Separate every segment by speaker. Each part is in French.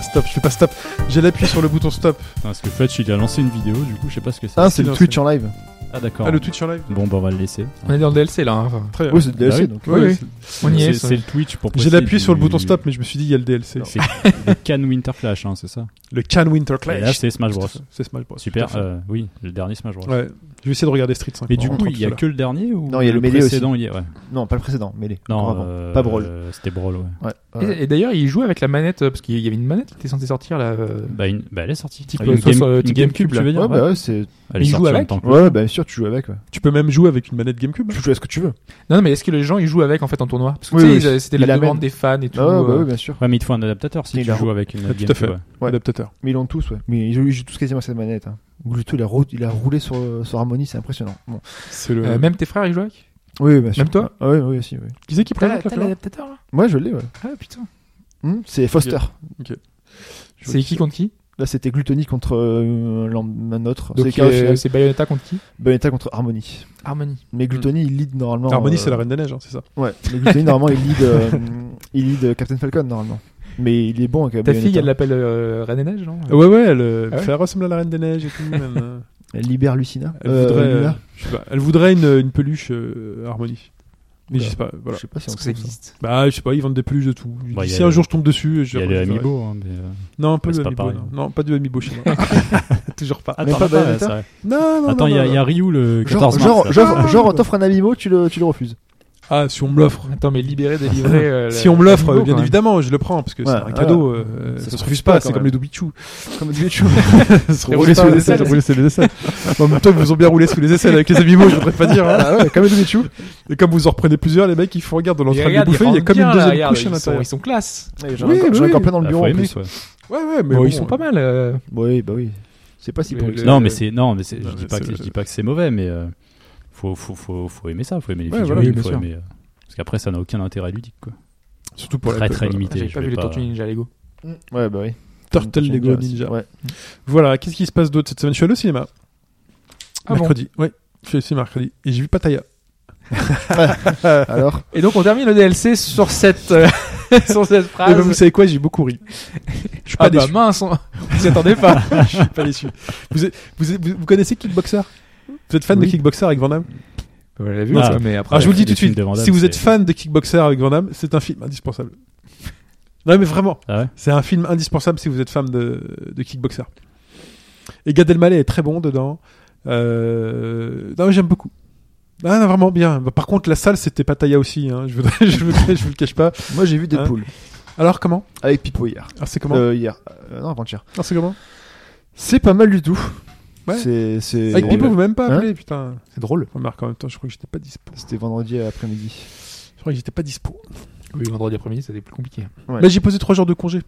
Speaker 1: stop, je fais pas stop. J'ai l'appui sur le bouton stop.
Speaker 2: Parce que Fetch, il a lancé une vidéo, du coup, je sais pas ce que c'est.
Speaker 3: Ah, c'est le
Speaker 1: Non,
Speaker 3: Twitch en live.
Speaker 2: Ah, d'accord.
Speaker 1: Ah, le Twitch en live
Speaker 2: Bon, bah, on va le laisser. Bah
Speaker 4: On est dans le DLC là. hein, enfin.
Speaker 1: Très bien. Bah
Speaker 3: Oui, c'est le DLC.
Speaker 2: oui.
Speaker 3: donc.
Speaker 1: Ouais,
Speaker 4: Oui,
Speaker 1: ouais,
Speaker 4: oui. On y est.
Speaker 2: C'est-
Speaker 4: ça.
Speaker 2: C'est le Twitch pour
Speaker 1: J'ai
Speaker 2: poster
Speaker 1: l'appui
Speaker 2: du-
Speaker 1: sur le bouton stop, mais je me suis dit, il y a le DLC.
Speaker 2: C'est le Can Winter Clash, hein, c'est ça
Speaker 1: Le Can Winter
Speaker 2: Et là,
Speaker 1: Clash.
Speaker 2: c'est Smash Bros.
Speaker 1: C'est Smash Bros.
Speaker 2: Super,
Speaker 1: tout à fait.
Speaker 2: euh, oui, le dernier Smash Bros.
Speaker 1: Ouais. Je vais essayer de regarder Street 5.
Speaker 2: Mais du
Speaker 1: en
Speaker 2: coup,
Speaker 1: rentrant
Speaker 2: il y a
Speaker 1: tout à
Speaker 2: que le dernier ou
Speaker 3: Non, il y a le mêlé
Speaker 2: précédent il y a- ouais.
Speaker 3: Non, pas le précédent, mais les.
Speaker 2: Non,
Speaker 3: avant.
Speaker 2: euh,
Speaker 3: Pas Brawl.
Speaker 2: euh, C'était Brawl, ouais.
Speaker 3: Ouais, ouais.
Speaker 4: Et, et d'ailleurs, il joue avec la manette euh, parce qu'il y avait une manette qui était censée sortir là. euh,
Speaker 2: Bah, une- bah, elle est sortie.
Speaker 4: Type,
Speaker 2: Une
Speaker 4: euh,
Speaker 2: Game-
Speaker 4: sur- euh,
Speaker 2: une
Speaker 4: type
Speaker 2: GameCube,
Speaker 4: GameCube,
Speaker 2: tu veux dire
Speaker 3: Ouais,
Speaker 2: ouais.
Speaker 3: bah ouais, c'est.
Speaker 2: Elle est
Speaker 4: Il joue
Speaker 2: sortie en
Speaker 4: avec
Speaker 2: même temps que-
Speaker 3: Ouais, bah bien sûr, tu joues avec. Ouais.
Speaker 1: l'heure. Tu peux même jouer avec une manette GameCube.
Speaker 3: Tu joues à ce que tu veux.
Speaker 4: Non, non, mais est-ce que les gens ils jouent avec en fait en tournoi Parce que
Speaker 3: Oui,
Speaker 4: tu sais,
Speaker 3: oui,
Speaker 4: ils, euh, c'était
Speaker 3: il
Speaker 4: la
Speaker 3: l'amène.
Speaker 4: demande des fans et tout.
Speaker 3: Ah, bah
Speaker 4: euh,
Speaker 3: oui, bien sûr.
Speaker 2: Ouais, mais il te faut un adaptateur si
Speaker 3: Il
Speaker 2: tu
Speaker 3: a-
Speaker 2: joues avec une
Speaker 1: Ah, tout à
Speaker 2: GameCube,
Speaker 1: fait.
Speaker 2: ouais.
Speaker 3: Ouais.
Speaker 1: Adaptateur.
Speaker 3: Mais ils l'ont tous, ouais. Mais ils jouent, ils jouent tous quasiment à cette manette. Hein. Gluto, il a, rou- il a roulé sur, euh, sur Harmony, c'est impressionnant. Bon.
Speaker 1: C'est le.
Speaker 4: euh, même tes frères ils jouent avec
Speaker 3: Oui, bien sûr.
Speaker 4: Même toi
Speaker 3: ah, Oui, oui, si, oui.
Speaker 1: Qui c'est qui
Speaker 4: T'as
Speaker 1: présente la
Speaker 4: t'as
Speaker 1: fleur
Speaker 4: l'adaptateur là
Speaker 3: Moi, je l'ai, ouais.
Speaker 4: Ah putain.
Speaker 3: Hmm, c'est Foster.
Speaker 1: Je vois
Speaker 4: C'est qui contre qui
Speaker 3: Là, c'était Glutoni contre euh, l'en- un autre.
Speaker 4: Donc
Speaker 3: C'est le
Speaker 4: euh,
Speaker 3: final.
Speaker 4: c'est Bayonetta contre qui
Speaker 3: Bayonetta contre Harmony.
Speaker 4: Harmony.
Speaker 3: Mais Glutoni, il lead normalement.
Speaker 1: Harmony,
Speaker 3: euh,
Speaker 1: c'est la reine des neiges, hein, c'est ça.
Speaker 3: Ouais, mais Glutoni, normalement, il lead, euh, il lead euh, Captain Falcon, normalement. Mais il est bon avec
Speaker 4: Ta
Speaker 3: Bayonetta.
Speaker 4: fille elle l'appelle euh, Reine des Neiges non
Speaker 1: Ouais, ouais, elle euh,
Speaker 4: Ah ouais
Speaker 1: fait ressemble à la reine des neiges et tout. même, euh,
Speaker 3: Elle libère Lucina.
Speaker 1: Elle
Speaker 3: Euh,
Speaker 1: voudrait,
Speaker 3: Luna.
Speaker 1: euh, je sais pas, elle voudrait une, une peluche euh, Harmony. Mais
Speaker 3: Oula.
Speaker 1: je sais pas, voilà.
Speaker 3: Je sais pas si on
Speaker 4: Est-ce que ça existe
Speaker 1: Bah, je sais pas, ils vendent des peluches de tout.
Speaker 2: Bah, il y
Speaker 1: si
Speaker 2: a
Speaker 1: un
Speaker 2: le-
Speaker 1: jour je tombe dessus, je
Speaker 2: Il y a
Speaker 1: je
Speaker 2: le
Speaker 1: ferai.
Speaker 2: Amiibo. hein, mais, euh,
Speaker 1: Non, pas le
Speaker 2: Mais c'est pas
Speaker 1: Amiibo.
Speaker 2: pareil.
Speaker 1: Non. non, pas du Amiibo chez moi. Toujours pas.
Speaker 3: Même
Speaker 2: attends,
Speaker 3: pas
Speaker 2: attends,
Speaker 3: Bayonetta
Speaker 2: ça-
Speaker 1: Non, non,
Speaker 2: Attends,
Speaker 1: non,
Speaker 2: il y, a-
Speaker 1: non,
Speaker 2: il y a Ryu le 14
Speaker 3: Genre,
Speaker 2: mars.
Speaker 3: genre,
Speaker 2: là.
Speaker 3: genre, genre, on t'offre un Amiibo, tu le, tu le refuses.
Speaker 1: Ah, si on me l'offre.
Speaker 4: Attends mais libérer, délivrer. euh,
Speaker 1: Si
Speaker 4: la-
Speaker 1: on me l'offre,
Speaker 4: l'amiibo,
Speaker 1: bien
Speaker 4: quand même.
Speaker 1: évidemment, je le prends parce que
Speaker 3: Ouais,
Speaker 1: c'est un
Speaker 3: voilà.
Speaker 1: cadeau. euh, ça,
Speaker 3: Ça
Speaker 1: se
Speaker 3: se refuse
Speaker 1: refuse
Speaker 3: pas,
Speaker 1: pas, c'est
Speaker 3: quand
Speaker 1: comme
Speaker 3: même.
Speaker 1: les Doubichou.
Speaker 3: Comme du YouTube.
Speaker 1: se
Speaker 4: roulait sur les aisselles.
Speaker 1: roulait sur les aisselles. En même temps, ils vous ont bien roulé sous les aisselles avec les Amiibo, je voudrais pas dire. hein.
Speaker 3: ah ouais, comme du YouTube.
Speaker 1: Et comme vous en reprenez plusieurs, les mecs, ils font regarde dans
Speaker 4: Et
Speaker 1: l'entrée de
Speaker 4: regarde,
Speaker 1: bouffer, il y a
Speaker 4: rentrent
Speaker 1: comme
Speaker 4: bien,
Speaker 1: une
Speaker 4: là,
Speaker 1: deuxième
Speaker 4: regarde,
Speaker 1: couche à
Speaker 4: ils sont-
Speaker 1: l'intérieur.
Speaker 4: Ils sont classe.
Speaker 3: Oui,
Speaker 1: Oui,
Speaker 3: encore, j'en ai
Speaker 1: oui, Ah,
Speaker 3: encore plein dans le
Speaker 2: Bah,
Speaker 3: bureau
Speaker 2: faut
Speaker 3: en
Speaker 2: aimer,
Speaker 3: plus.
Speaker 2: quoi.
Speaker 1: Ouais, ouais, mais
Speaker 4: Bon,
Speaker 1: bon,
Speaker 4: ils sont pas mal. euh,
Speaker 3: Oui, bah oui. C'est pas si pour
Speaker 4: Mais
Speaker 3: lui.
Speaker 4: le-
Speaker 2: Non, mais c'est non, mais c'est
Speaker 1: Non,
Speaker 2: je dis
Speaker 1: mais
Speaker 2: pas
Speaker 1: c'est
Speaker 2: que
Speaker 1: le-
Speaker 2: je dis pas que c'est mauvais, mais euh, faut, faut faut faut aimer ça, faut aimer les
Speaker 1: Ouais,
Speaker 2: figurines,
Speaker 1: voilà, bien
Speaker 2: faut
Speaker 1: sûr.
Speaker 2: aimer euh, parce qu'après ça n'a aucun intérêt ludique quoi.
Speaker 1: Surtout pour
Speaker 2: très
Speaker 1: la
Speaker 2: très limité.
Speaker 4: J'avais
Speaker 2: je
Speaker 4: pas
Speaker 2: vais
Speaker 4: vu les Tortues Ninja Lego.
Speaker 3: Ouais, bah oui.
Speaker 1: Turtle Lego Ninja.
Speaker 3: Ouais.
Speaker 1: Voilà, qu'est-ce qui se passe d'autre cette semaine Je suis allé au cinéma.
Speaker 4: Ah bon
Speaker 1: mercredi, ouais. Je suis allé au cinéma mercredi. Et j'ai vu Pataya.
Speaker 3: Alors,
Speaker 4: Et donc on termine le DLC sur cette euh, sur cette
Speaker 1: Et ben, vous
Speaker 4: phrase.
Speaker 1: savez quoi J'ai beaucoup ri. Je suis pas
Speaker 4: Ah bah
Speaker 1: déçu.
Speaker 4: mince, on on s'y attendait pas.
Speaker 1: Je suis pas déçu. Vous, êtes- vous, êtes- vous, vous connaissez Kickboxer Vous êtes fan
Speaker 3: Oui.
Speaker 1: de Kickboxer avec Van Damme
Speaker 4: On l'a vu,
Speaker 2: Ah.
Speaker 4: ça, mais après.
Speaker 1: Alors je vous le dis
Speaker 2: les
Speaker 1: tout de
Speaker 2: films
Speaker 1: suite,
Speaker 2: de Van Damme,
Speaker 1: si vous
Speaker 2: c'est-
Speaker 1: êtes fan de Kickboxer avec Van Damme, c'est un film indispensable. Non mais vraiment,
Speaker 2: Ah ouais
Speaker 1: c'est un film indispensable si vous êtes fan de, de Kickboxer. Et Gad Elmaleh est très bon dedans. Euh... Non mais j'aime beaucoup. Ah, non, vraiment bien. Bah, par contre, la salle, c'était Pattaya aussi. Hein. Je, voudrais, je, voudrais- je vous le cache pas.
Speaker 3: moi j'ai vu des
Speaker 1: Hein
Speaker 3: poules
Speaker 1: Alors, comment
Speaker 3: avec Pipo hier.
Speaker 1: Alors, c'est comment
Speaker 3: Euh, hier. Euh, non, avant-hier.
Speaker 1: Alors, c'est comment
Speaker 3: C'est pas mal du tout.
Speaker 1: Ouais.
Speaker 3: C'est, c'est...
Speaker 1: Avec Pipo, vous m'avez même pas
Speaker 3: Hein
Speaker 1: appelé, putain.
Speaker 3: C'est drôle.
Speaker 1: Remarque, en même temps, je crois que j'étais pas dispo.
Speaker 3: C'était vendredi après-midi.
Speaker 1: Je crois que j'étais pas dispo.
Speaker 4: Oui, vendredi après-midi, c'était plus compliqué.
Speaker 3: Ouais.
Speaker 1: Là, Bah, j'ai posé trois jours de congé.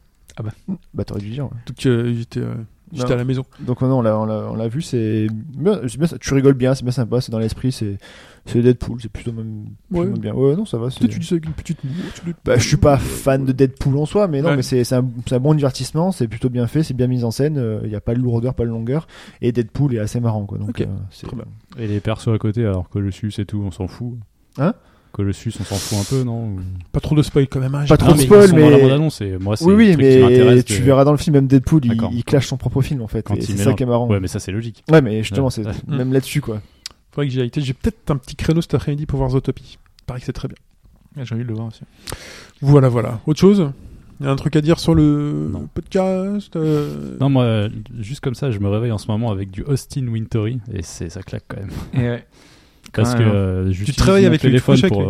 Speaker 3: Bah t'aurais dû le dire. ouais.
Speaker 1: Donc, euh, j'étais euh, j'étais
Speaker 3: Non.
Speaker 1: à la maison.
Speaker 3: Donc non, on l'a, on l'a, on l'a vu. C'est, bien, c'est bien, tu rigoles bien, c'est bien sympa, c'est dans l'esprit, c'est, c'est Deadpool, c'est plutôt même, plutôt
Speaker 1: Ouais.
Speaker 3: même bien. Ouais, non, ça va. C'est...
Speaker 1: Toi, tu dis ça avec une petite moue, tu le-
Speaker 3: Bah, je suis
Speaker 2: Euh,
Speaker 3: pas fan de Deadpool en soi, mais non,
Speaker 1: Ouais.
Speaker 3: mais c'est c'est un, c'est un bon divertissement, c'est plutôt bien fait, c'est bien mis en scène, il n'y a pas de lourdeur, pas de longueur, et Deadpool est assez marrant, quoi. Donc,
Speaker 1: Ok,
Speaker 3: euh, c'est-
Speaker 1: très bien.
Speaker 2: Et les persos à côté, alors Colossus et tout, on s'en fout.
Speaker 3: Hein
Speaker 2: Colossus, on s'en fout un peu, non Ou-
Speaker 1: Pas trop de spoil quand même. hein,
Speaker 3: Pas
Speaker 1: j'ai-
Speaker 3: trop
Speaker 2: Non,
Speaker 3: de
Speaker 2: mais
Speaker 3: spoil,
Speaker 2: ils sont dans
Speaker 3: mais-
Speaker 2: la bande-annonce et moi, c'est
Speaker 3: Oui,
Speaker 2: le
Speaker 3: oui,
Speaker 2: truc qui
Speaker 3: mais
Speaker 2: m'intéresse
Speaker 3: tu
Speaker 2: de-
Speaker 3: verras dans le film, même Deadpool, il,
Speaker 2: D'accord.
Speaker 3: il clash son propre film, en fait,
Speaker 2: Quand
Speaker 3: et
Speaker 2: il
Speaker 3: c'est
Speaker 2: mélange.
Speaker 3: ça qui est marrant.
Speaker 2: Ouais,
Speaker 3: Ouais,
Speaker 2: mais ça c'est logique.
Speaker 3: mais justement,
Speaker 2: Ouais.
Speaker 3: c'est
Speaker 2: Ouais.
Speaker 3: même là-dessus, quoi.
Speaker 1: Faudrait que j'y aille. Peut-être- J'ai peut-être un petit créneau cet après-midi pour voir Zootopie. Pareil que c'est très bien.
Speaker 4: J'ai envie de le voir aussi.
Speaker 1: Voilà, voilà. Autre chose Il y a un truc à dire sur le
Speaker 2: Non.
Speaker 1: podcast euh,
Speaker 2: Non, moi, euh, juste comme ça, je me réveille en ce moment avec du Austin Wintory et c'est ça claque quand même. Parce
Speaker 4: Ah,
Speaker 2: que
Speaker 4: non.
Speaker 2: euh, j'utilise
Speaker 1: travailles
Speaker 2: mon
Speaker 1: avec lui, tu
Speaker 2: téléphone
Speaker 1: couches
Speaker 2: pour.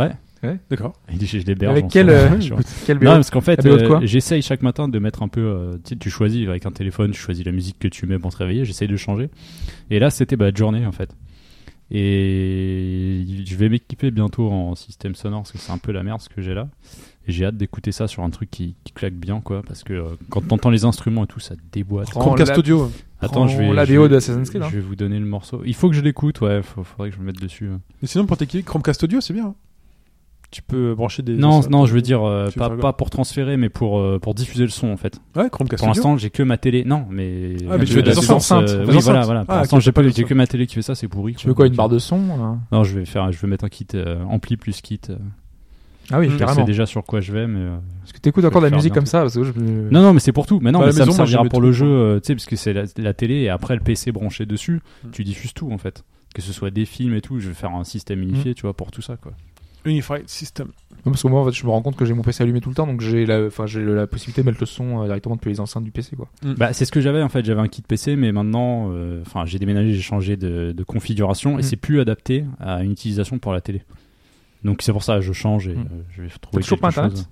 Speaker 2: euh, ouais,
Speaker 1: D'accord.
Speaker 2: il dit, je l'héberge.
Speaker 4: Avec
Speaker 2: en ce
Speaker 4: quel,
Speaker 2: moment,
Speaker 4: euh,
Speaker 2: tu vois.
Speaker 4: quel
Speaker 2: Non,
Speaker 4: BO
Speaker 2: parce qu'en fait,
Speaker 4: BO de
Speaker 2: euh,
Speaker 4: quoi
Speaker 2: j'essaye chaque matin de mettre un peu. euh, tu, sais, tu choisis avec un téléphone, tu choisis la musique que tu mets pour te réveiller, j'essaye de changer. Et là, c'était bah, journée en fait. Et je vais m'équiper bientôt en système sonore parce que c'est un peu la merde ce que j'ai là. Et j'ai hâte d'écouter ça sur un truc qui, qui claque bien quoi. Parce que euh, quand t'entends les instruments et tout, ça déboîte.
Speaker 4: Prends
Speaker 1: Chromecast
Speaker 4: la-
Speaker 1: Audio.
Speaker 2: Attends, je vais.
Speaker 4: la
Speaker 2: je
Speaker 4: BO
Speaker 2: vais-
Speaker 4: de Assassin's Creed, hein.
Speaker 2: Je vais vous donner le morceau. Il faut que je l'écoute, ouais. faut- faudrait que je me mette dessus. hein.
Speaker 1: Mais sinon, pour t'équiper, Chromecast Audio, c'est bien. hein. Tu peux brancher des.
Speaker 2: Non,
Speaker 1: des-
Speaker 2: non, je veux dire euh,
Speaker 1: Tu
Speaker 2: pas,
Speaker 1: fais quoi
Speaker 2: pas pour transférer, mais pour euh, pour diffuser le son en fait.
Speaker 1: Ouais, Chromecast
Speaker 2: Pour
Speaker 1: Audio.
Speaker 2: l'instant, j'ai que ma télé. Non, mais.
Speaker 1: Ah, mais tu
Speaker 4: veux des
Speaker 2: la puissance,
Speaker 1: enceintes,
Speaker 2: euh,
Speaker 1: des
Speaker 2: oui,
Speaker 1: enceintes.
Speaker 2: voilà, voilà. Pour
Speaker 1: Ah,
Speaker 2: l'instant,
Speaker 1: ok,
Speaker 2: j'ai pas
Speaker 1: t'as pas
Speaker 2: j'ai que ma télé qui fait ça, c'est pourri. euh,
Speaker 4: Tu veux quoi, une barre de son hein
Speaker 2: Non, je vais faire, je vais mettre un kit euh, ampli plus kit. euh.
Speaker 4: Ah oui,
Speaker 1: Mm.
Speaker 2: Je sais
Speaker 4: carrément.
Speaker 2: déjà sur quoi je vais, mais. euh,
Speaker 4: Parce que t'écoutes
Speaker 2: vais
Speaker 4: encore de
Speaker 2: le
Speaker 4: la
Speaker 2: faire
Speaker 4: musique comme
Speaker 2: bientôt.
Speaker 4: ça. Parce que je...
Speaker 2: Non, non, mais c'est pour tout. Mais non,
Speaker 1: Bah, à la
Speaker 2: mais ça me
Speaker 1: maison, moi,
Speaker 2: servira
Speaker 1: j'aimais
Speaker 2: pour
Speaker 1: tout,
Speaker 2: le
Speaker 1: quoi.
Speaker 2: jeu, euh, tu sais, parce que c'est la, la télé et après le PC branché dessus,
Speaker 1: Mm.
Speaker 2: tu diffuses tout en fait. Que ce soit des films et tout, je vais faire un système
Speaker 1: Mm.
Speaker 2: unifié, tu vois, pour tout ça quoi.
Speaker 1: Unified System.
Speaker 4: Non, Parce que moi, en fait, je me rends compte que j'ai mon PC allumé tout le temps, donc j'ai la, enfin, j'ai la possibilité de mettre le son euh, directement depuis les enceintes du PC, quoi.
Speaker 2: Bah, c'est ce que j'avais en fait. J'avais un kit PC, mais maintenant, euh, enfin, j'ai déménagé, j'ai changé de, de configuration et
Speaker 4: Mm.
Speaker 2: c'est plus adapté à une utilisation pour la télé. Donc c'est pour ça, je change et
Speaker 4: Mm.
Speaker 2: euh, je vais trouver.
Speaker 4: toujours
Speaker 2: quelque
Speaker 4: pas Internet
Speaker 2: chose.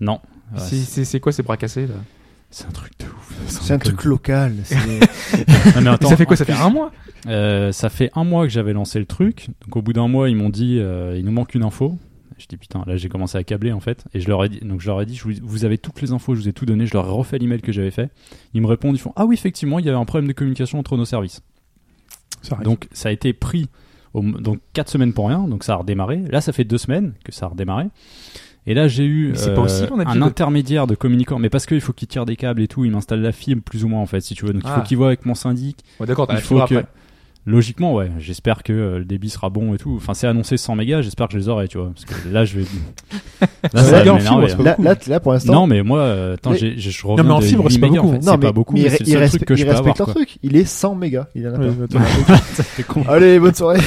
Speaker 2: Non. Ouais,
Speaker 4: Ah, c'est, c'est, c'est quoi ces bras cassés là
Speaker 2: C'est un truc de ouf.
Speaker 3: C'est un truc local. c'est-
Speaker 2: Non, mais attends,
Speaker 4: Ça fait quoi
Speaker 2: en
Speaker 4: Ça fait
Speaker 2: plus,
Speaker 4: un mois
Speaker 2: euh, Ça fait un mois que j'avais lancé le truc. Donc au bout d'un mois, ils m'ont dit, euh, il nous manque une info. Je dis putain, là j'ai commencé à câbler en fait. Et je leur ai dit, donc je leur ai dit, je vous, vous avez toutes les infos, je vous ai tout donné. Je leur ai refait l'email que j'avais fait. Ils me répondent, ils font ah oui effectivement, il y avait un problème de communication entre nos services.
Speaker 1: Ça arrive.
Speaker 2: Donc ça a été pris au- donc 4 semaines pour rien, donc ça a redémarré. Là, ça fait 2 semaines que ça a redémarré. Et là, j'ai eu
Speaker 4: Mais c'est
Speaker 2: euh,
Speaker 4: pas aussi long,
Speaker 2: un
Speaker 4: d'habitude.
Speaker 2: intermédiaire de communicants, mais parce qu'il faut qu'il tire des câbles et tout, il m'installe la fibre plus ou moins en fait, si tu veux. Donc il
Speaker 4: Ah.
Speaker 2: faut qu'il voit avec mon syndic.
Speaker 4: Ouais, D'accord, t'as
Speaker 2: il
Speaker 4: la
Speaker 2: faut
Speaker 4: fibre
Speaker 2: que
Speaker 4: après.
Speaker 2: logiquement, ouais, j'espère que euh, le débit sera bon et tout. Enfin, c'est annoncé 100 mégas, j'espère que je les aurai, tu vois. Parce que là, je vais. Là,
Speaker 3: Ouais,
Speaker 2: ça va
Speaker 3: les gars, en
Speaker 1: fibre,
Speaker 2: m'énerver,
Speaker 1: c'est
Speaker 2: hein.
Speaker 1: pas
Speaker 3: Là, là, t- là, pour l'instant.
Speaker 2: Non, mais moi, euh, attends,
Speaker 3: Mais-
Speaker 2: j'ai- j'ai- je
Speaker 1: mais
Speaker 2: reviens
Speaker 1: en
Speaker 2: de
Speaker 1: fibre, c'est
Speaker 2: 8
Speaker 1: pas
Speaker 2: mégas, en
Speaker 1: beaucoup.
Speaker 2: fait. C'est pas beaucoup, mais
Speaker 3: il,
Speaker 2: c'est le seul truc que je peux avoir.
Speaker 3: respecte leur
Speaker 2: quoi.
Speaker 3: truc. Il est 100 mégas. Il en a
Speaker 1: Ouais,
Speaker 3: pas.
Speaker 1: attends.
Speaker 2: C'est con.
Speaker 3: Allez, bonne soirée.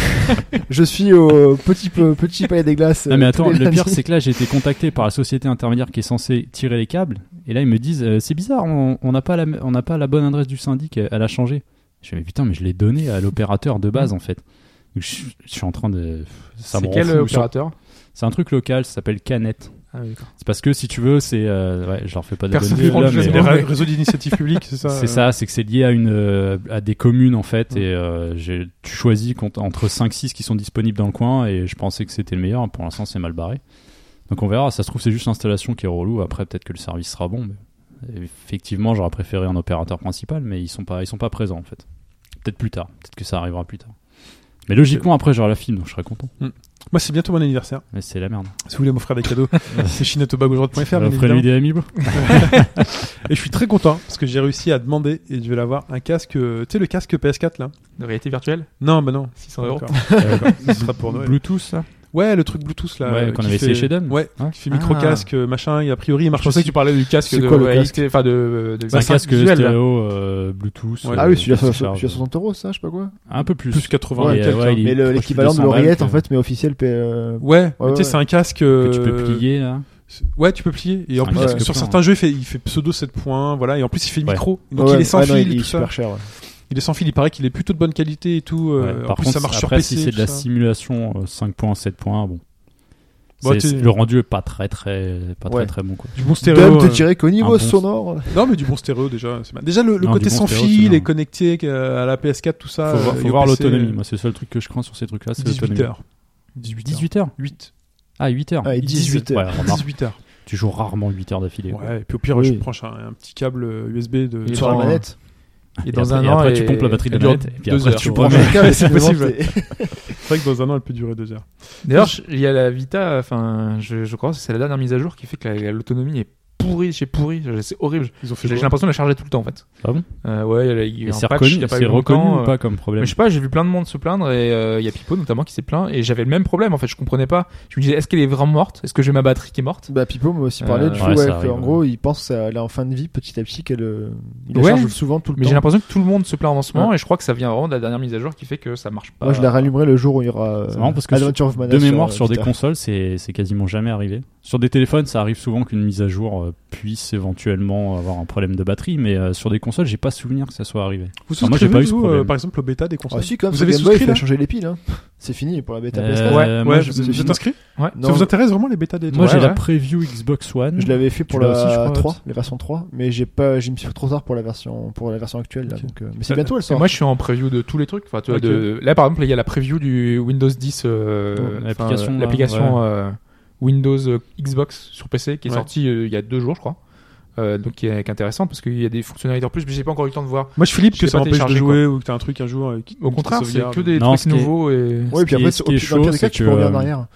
Speaker 3: je suis au petit, peu- petit palais des glaces. euh,
Speaker 2: Non mais attends, le pire
Speaker 3: c'est
Speaker 2: c'est que là j'ai été contacté par la société intermédiaire qui est censée tirer les câbles et là ils me disent euh, c'est bizarre, on on n'a pas la on n'a pas la bonne adresse du syndic, elle a changé. Je fais mais putain mais je l'ai donné à l'opérateur de base en fait. Donc, Je, je suis en train de ça me
Speaker 4: C'est
Speaker 2: rend
Speaker 4: quel
Speaker 2: fou.
Speaker 4: euh, opérateur
Speaker 2: C'est un truc local, ça s'appelle Canette.
Speaker 4: Ah oui, d'accord.
Speaker 2: C'est parce que si tu veux c'est euh, ouais, je leur fais pas de
Speaker 4: Personne
Speaker 2: bonne pub,
Speaker 4: prend
Speaker 2: là,
Speaker 4: le
Speaker 1: C'est
Speaker 4: jeu
Speaker 2: mais-
Speaker 1: des
Speaker 4: de
Speaker 1: ré- réseaux d'initiative publique, c'est ça
Speaker 2: c'est
Speaker 1: euh,
Speaker 2: ça, c'est que c'est lié à une euh, à des communes en fait et euh, j'ai- tu choisis contre- entre 5 6 qui sont disponibles dans le coin et je pensais que c'était le meilleur hein, pour l'instant c'est mal barré. Donc on verra, ça se trouve c'est juste l'installation qui est relou après peut-être que le service sera bon mais effectivement, j'aurais préféré un opérateur principal mais ils sont pas ils sont pas présents en fait. Peut-être plus tard, peut-être que ça arrivera plus tard. Mais
Speaker 1: Euh,
Speaker 2: logiquement après j'aurai la film donc je serai content.
Speaker 1: Moi, c'est bientôt mon anniversaire.
Speaker 2: Mais c'est la merde. Euh,
Speaker 1: Si vous voulez m'offrir des cadeaux, c'est chinatobagojoie.fr. bien
Speaker 2: Après lui
Speaker 1: évidemment.
Speaker 2: des amiibo.
Speaker 1: Et je suis très content parce que j'ai réussi à demander et je vais l'avoir un casque, euh, tu sais, le casque PS4 là.
Speaker 4: De réalité virtuelle
Speaker 1: Non, bah non.
Speaker 4: 600 euros.
Speaker 1: D'accord.
Speaker 2: Euh,
Speaker 1: Ce sera pour Noël.
Speaker 4: Bluetooth, là
Speaker 1: Ouais, le truc Bluetooth là.
Speaker 2: Ouais,
Speaker 1: euh,
Speaker 2: qu'on
Speaker 1: qui
Speaker 2: avait
Speaker 1: fait-
Speaker 2: essayé chez Dan.
Speaker 1: Ouais,
Speaker 2: Hein
Speaker 1: qui fait micro-casque, euh, machin, et a priori il
Speaker 4: Je
Speaker 1: marche
Speaker 4: pensais que
Speaker 1: aussi.
Speaker 4: tu parlais du casque
Speaker 3: C'est
Speaker 4: de
Speaker 3: quoi, le
Speaker 4: réalité- enfin de, de
Speaker 1: Bah,
Speaker 2: Bah, C'est un
Speaker 4: de-
Speaker 2: casque
Speaker 4: visuel, là.
Speaker 2: stéréo euh, Bluetooth.
Speaker 1: Ouais.
Speaker 3: Ah
Speaker 2: euh,
Speaker 3: oui, celui à
Speaker 2: qui se
Speaker 3: 60
Speaker 2: charge.
Speaker 3: celui à 60 euros, ça, je sais pas quoi.
Speaker 2: Un peu plus.
Speaker 1: Plus 80
Speaker 2: Ouais,
Speaker 1: et quelques,
Speaker 2: ouais,
Speaker 1: hein.
Speaker 2: il est
Speaker 3: Mais le-
Speaker 2: proche
Speaker 3: l'équivalent de
Speaker 2: 200 balles
Speaker 3: l'oreillette, en
Speaker 2: que-
Speaker 3: fait, mais officiel. P- euh,
Speaker 1: Ouais, mais tu sais,
Speaker 3: ouais.
Speaker 1: c'est un casque
Speaker 2: que tu peux
Speaker 1: euh,
Speaker 2: plier là.
Speaker 1: c'est- Ouais, tu peux plier. Et en
Speaker 2: C'est un
Speaker 1: plus,
Speaker 3: casque
Speaker 1: sur
Speaker 2: plein,
Speaker 1: certains jeux, il fait, il fait pseudo 7 points, voilà. Et en plus, il fait le
Speaker 2: Ouais.
Speaker 1: micro. Donc
Speaker 3: ouais,
Speaker 1: il est sans
Speaker 3: ouais, non,
Speaker 1: fil.
Speaker 3: il
Speaker 1: et
Speaker 3: est
Speaker 1: tout ça.
Speaker 3: super cher. ouais.
Speaker 1: Il est sans fil. Il paraît qu'il est plutôt de bonne qualité et tout. euh,
Speaker 2: Ouais,
Speaker 1: en
Speaker 2: par
Speaker 1: plus,
Speaker 2: contre,
Speaker 1: ça marche sur
Speaker 2: après,
Speaker 1: PC.
Speaker 2: si c'est de
Speaker 1: tout
Speaker 2: la
Speaker 1: ça.
Speaker 2: simulation euh, 5 points, 7 points, bon.
Speaker 1: Bah,
Speaker 2: C'est-
Speaker 1: t'es-
Speaker 2: c'est- le rendu est pas très très pas très
Speaker 3: Ouais.
Speaker 2: très bon quoi.
Speaker 1: Du bon
Speaker 3: Dom
Speaker 1: stéréo.
Speaker 3: te
Speaker 1: euh,
Speaker 3: dirait qu'au niveau
Speaker 2: bon-
Speaker 3: sonore,
Speaker 1: Non, mais du bon stéréo déjà. c'est mal. Déjà, le, le
Speaker 2: Non,
Speaker 1: côté
Speaker 2: du bon
Speaker 1: sans
Speaker 2: stéréo, c'est
Speaker 1: fil
Speaker 2: bien.
Speaker 1: et connecté euh, à la PS4, tout ça.
Speaker 2: Faut, voir-
Speaker 1: euh,
Speaker 2: faut
Speaker 1: et au
Speaker 2: voir
Speaker 1: PC,
Speaker 2: l'autonomie. Moi, c'est le seul truc que je crains sur ces trucs là, c'est
Speaker 1: 18
Speaker 2: l'autonomie.
Speaker 1: heures. 18 heures.
Speaker 2: 18 heures
Speaker 1: 8.
Speaker 2: Ah, 8 heures.
Speaker 3: Ouais, 18 heures.
Speaker 2: Ouais, remarque,
Speaker 1: 18 heures.
Speaker 2: tu joues rarement 8 heures d'affilée. quoi.
Speaker 1: Ouais, et puis au pire,
Speaker 3: Oui.
Speaker 1: je prends un, un petit câble euh, USB de.
Speaker 4: Et
Speaker 3: sur la
Speaker 4: dans-
Speaker 3: manette.
Speaker 4: Et dans
Speaker 2: après-
Speaker 4: un
Speaker 2: et
Speaker 4: an,
Speaker 2: après, tu
Speaker 4: et-
Speaker 2: pompes la batterie de
Speaker 4: elle
Speaker 2: la
Speaker 4: dure
Speaker 2: manette, et puis
Speaker 4: deux
Speaker 2: après,
Speaker 4: heures.
Speaker 2: tu
Speaker 3: Prends
Speaker 2: prends-
Speaker 3: le câble,
Speaker 1: c'est
Speaker 3: c'est
Speaker 1: possible.
Speaker 3: possible.
Speaker 1: C'est vrai que dans un an, elle peut durer 2 heures.
Speaker 4: D'ailleurs, je- il y a la Vita, enfin, je, je crois que c'est la dernière mise à jour qui fait que la- l'autonomie est pourrie, chez pourrie. Je- C'est horrible.
Speaker 1: Ils ont fait
Speaker 4: J'ai j'ai
Speaker 1: quoi
Speaker 4: l'impression de la charger tout le temps, en fait.
Speaker 2: Ah bon
Speaker 4: Euh, Ouais, il y a- il y a
Speaker 2: Et
Speaker 4: eu
Speaker 2: c'est
Speaker 4: un patch, il y
Speaker 2: reconnu,
Speaker 4: a pas
Speaker 2: c'est
Speaker 4: eu
Speaker 2: reconnu
Speaker 4: longtemps,
Speaker 2: ou
Speaker 4: euh,
Speaker 2: pas comme problème
Speaker 4: Mais je sais pas, j'ai vu plein de monde se plaindre et euh, il y a Pipo notamment qui s'est plaint et j'avais le même problème en fait, je comprenais pas. Je me disais est-ce qu'elle est vraiment morte Est-ce que j'ai ma batterie qui est morte
Speaker 3: Bah, Pipo m'a aussi parlé
Speaker 4: Euh,
Speaker 3: du
Speaker 2: ouais,
Speaker 3: fait ouais,
Speaker 2: ça
Speaker 3: que,
Speaker 2: arrive,
Speaker 3: en
Speaker 2: ouais.
Speaker 3: gros, il pense qu'elle est en fin de vie petit à petit, qu'elle euh, il la
Speaker 4: Ouais.
Speaker 3: charge souvent tout le
Speaker 4: Mais j'ai
Speaker 3: temps.
Speaker 4: l'impression que tout le monde se plaint en ce moment et je crois que ça vient vraiment de la dernière mise à jour qui fait que ça marche pas.
Speaker 3: Moi, je la rallumerai le jour où il y aura euh,
Speaker 2: C'est marrant parce que
Speaker 3: Adventure of Mana
Speaker 2: De mémoire, sur,
Speaker 3: euh,
Speaker 2: des
Speaker 3: Vita.
Speaker 2: consoles, c'est c'est quasiment jamais arrivé. Sur des téléphones, ça arrive souvent qu'une mise à jour euh, puisse éventuellement avoir un problème de batterie, mais euh, sur des consoles, j'ai pas souvenir que ça soit arrivé.
Speaker 1: Vous
Speaker 2: Ah, moi, j'ai
Speaker 1: souscrivez,
Speaker 2: pas eu ce
Speaker 1: vous, euh,
Speaker 2: problème.
Speaker 1: par exemple, au bêta des
Speaker 3: Ah,
Speaker 1: consoles
Speaker 3: si, quand même,
Speaker 1: Vous
Speaker 3: sur
Speaker 1: avez
Speaker 3: Game Boy, il
Speaker 1: souscrit,
Speaker 3: faut
Speaker 1: là
Speaker 3: changer les piles. hein. C'est fini pour la bêta
Speaker 2: Euh,
Speaker 3: PS4.
Speaker 2: moi,
Speaker 1: Ouais,
Speaker 2: je-
Speaker 1: vous vous
Speaker 3: je-
Speaker 1: êtes inscrit Ça
Speaker 3: Non,
Speaker 1: vous intéresse vraiment les bêtas des
Speaker 2: moi, j'ai
Speaker 4: Ouais,
Speaker 2: la
Speaker 4: ouais.
Speaker 2: preview Xbox One.
Speaker 3: Je l'avais fait pour
Speaker 2: l'as
Speaker 3: la
Speaker 2: aussi, je crois,
Speaker 3: 3,
Speaker 2: Hobbs.
Speaker 3: la version 3, mais j'ai pas, je me suis fait trop tard pour la version, pour la version actuelle. Là,
Speaker 1: Ok.
Speaker 3: donc, euh, mais c'est
Speaker 4: Euh,
Speaker 3: bientôt elle
Speaker 4: Et
Speaker 3: sort.
Speaker 4: moi je suis en preview de tous les trucs. Enfin, tu vois,
Speaker 1: Ok.
Speaker 4: de... Là par exemple, il y a la preview du Windows 10, euh,
Speaker 2: Oh,
Speaker 4: enfin,
Speaker 2: l'application,
Speaker 4: euh,
Speaker 2: là,
Speaker 4: l'application, euh, Windows euh, Xbox sur PC qui est
Speaker 1: Ouais.
Speaker 4: sortie euh, il y a deux jours je crois. Euh, donc qui est, qui est intéressante parce qu'il y a des fonctionnalités en plus, mais j'ai pas encore eu le temps de voir.
Speaker 1: Moi, je flippe
Speaker 4: Je
Speaker 1: que
Speaker 4: l'ai
Speaker 1: ça
Speaker 4: pas
Speaker 1: empêche de
Speaker 4: téléchargé,
Speaker 1: jouer ou que t'as un truc un jour. euh, qui-
Speaker 4: Au contraire,
Speaker 1: qui
Speaker 4: c'est
Speaker 1: sauvegarde.
Speaker 4: que des
Speaker 2: Non, ce
Speaker 4: trucs
Speaker 2: qui est-
Speaker 4: nouveaux et
Speaker 3: Ouais,
Speaker 2: ce
Speaker 3: puis
Speaker 2: qui
Speaker 3: après,
Speaker 2: est-
Speaker 3: c'est-
Speaker 2: ce
Speaker 3: au-
Speaker 2: qui est
Speaker 3: dans le
Speaker 2: chaud,
Speaker 3: pire des
Speaker 2: c'est
Speaker 3: cas, tu
Speaker 2: que,
Speaker 3: peux revenir en
Speaker 2: euh,
Speaker 3: arrière.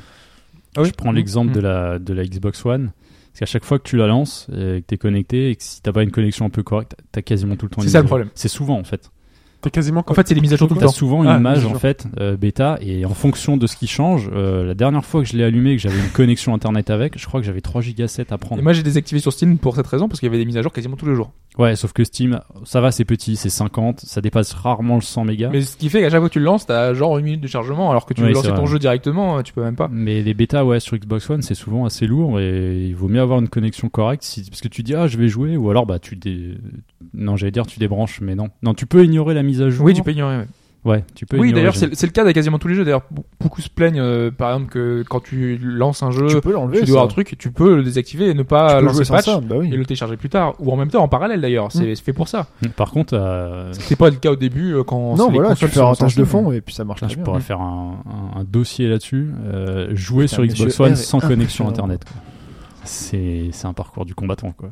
Speaker 1: Ah oui
Speaker 2: Je prends l'exemple
Speaker 4: Mm.
Speaker 2: de la, de la Xbox One. Parce qu'à chaque fois que tu la lances, euh, que tu es connecté, et que si t'as pas une connexion un peu correcte, t'as quasiment tout le temps
Speaker 4: C'est
Speaker 2: une mise
Speaker 4: ça le
Speaker 2: à jour.
Speaker 4: problème.
Speaker 2: C'est souvent en fait.
Speaker 1: T'as quasiment.
Speaker 4: En fait, c'est des mises à jour tout le
Speaker 2: T'as
Speaker 4: temps.
Speaker 2: souvent une
Speaker 1: Ah,
Speaker 2: image
Speaker 1: bien
Speaker 2: en
Speaker 1: sûr.
Speaker 2: fait euh, bêta et en fonction de ce qui change, euh, la dernière fois que je l'ai allumé et que j'avais une connexion internet avec, je crois que j'avais 3 gigas 7 à
Speaker 4: Et
Speaker 2: prendre.
Speaker 4: moi, j'ai désactivé sur Steam pour cette raison parce qu'il y avait des mises à jour quasiment tous les jours.
Speaker 2: Ouais, sauf que Steam, ça va, c'est petit, c'est 50, ça dépasse rarement le 100 mégas. Mais,
Speaker 4: Mais ce qui fait qu'à chaque fois que tu le lances, t'as genre une minute de chargement, alors que tu veux
Speaker 2: Oui,
Speaker 4: lancer
Speaker 2: c'est
Speaker 4: ton
Speaker 2: vrai.
Speaker 4: jeu directement, euh, tu peux même pas.
Speaker 2: les bêtas ouais sur Xbox One, c'est souvent assez lourd et il vaut mieux avoir une connexion correcte si- parce que tu dis ah, je vais jouer ou alors bah tu dé... non, j'allais dire tu débranches mais non. Non, tu peux ignorer la mise à jour.
Speaker 4: Oui, tu peux ignorer. ouais.
Speaker 2: Ouais, tu peux
Speaker 4: Oui,
Speaker 2: ignorer,
Speaker 4: d'ailleurs,
Speaker 2: j'aime.
Speaker 4: c'est c'est le cas de quasiment tous les jeux. D'ailleurs, be- beaucoup se plaignent, euh, par exemple, que quand tu lances un jeu,
Speaker 3: Tu
Speaker 4: tu,
Speaker 3: peux l'enlever.
Speaker 4: dois
Speaker 3: ça.
Speaker 4: un truc, tu peux le désactiver et ne pas
Speaker 3: Tu peux
Speaker 4: lancer
Speaker 3: jouer
Speaker 4: le
Speaker 3: sans
Speaker 4: patch
Speaker 3: ça, bah oui.
Speaker 4: et le télécharger plus tard. Ou en même temps, en parallèle d'ailleurs. C'est c'est fait pour ça.
Speaker 2: Par contre, euh,
Speaker 4: C'était pas le cas au début euh, quand.
Speaker 3: Non,
Speaker 4: les
Speaker 3: voilà, tu
Speaker 4: consoles
Speaker 3: fais un
Speaker 4: sont
Speaker 3: tâche de
Speaker 4: sorties.
Speaker 3: fond et puis ça marche
Speaker 2: Putain,
Speaker 3: très
Speaker 2: je
Speaker 3: bien.
Speaker 2: pourrais faire un, un- un dossier là-dessus. Euh, jouer
Speaker 3: Putain,
Speaker 2: sur Xbox
Speaker 3: monsieur R
Speaker 2: One
Speaker 3: est
Speaker 2: sans
Speaker 4: Ah,
Speaker 2: connexion
Speaker 3: impressionnant.
Speaker 2: internet. quoi. C'est c'est un parcours du combattant. Quoi.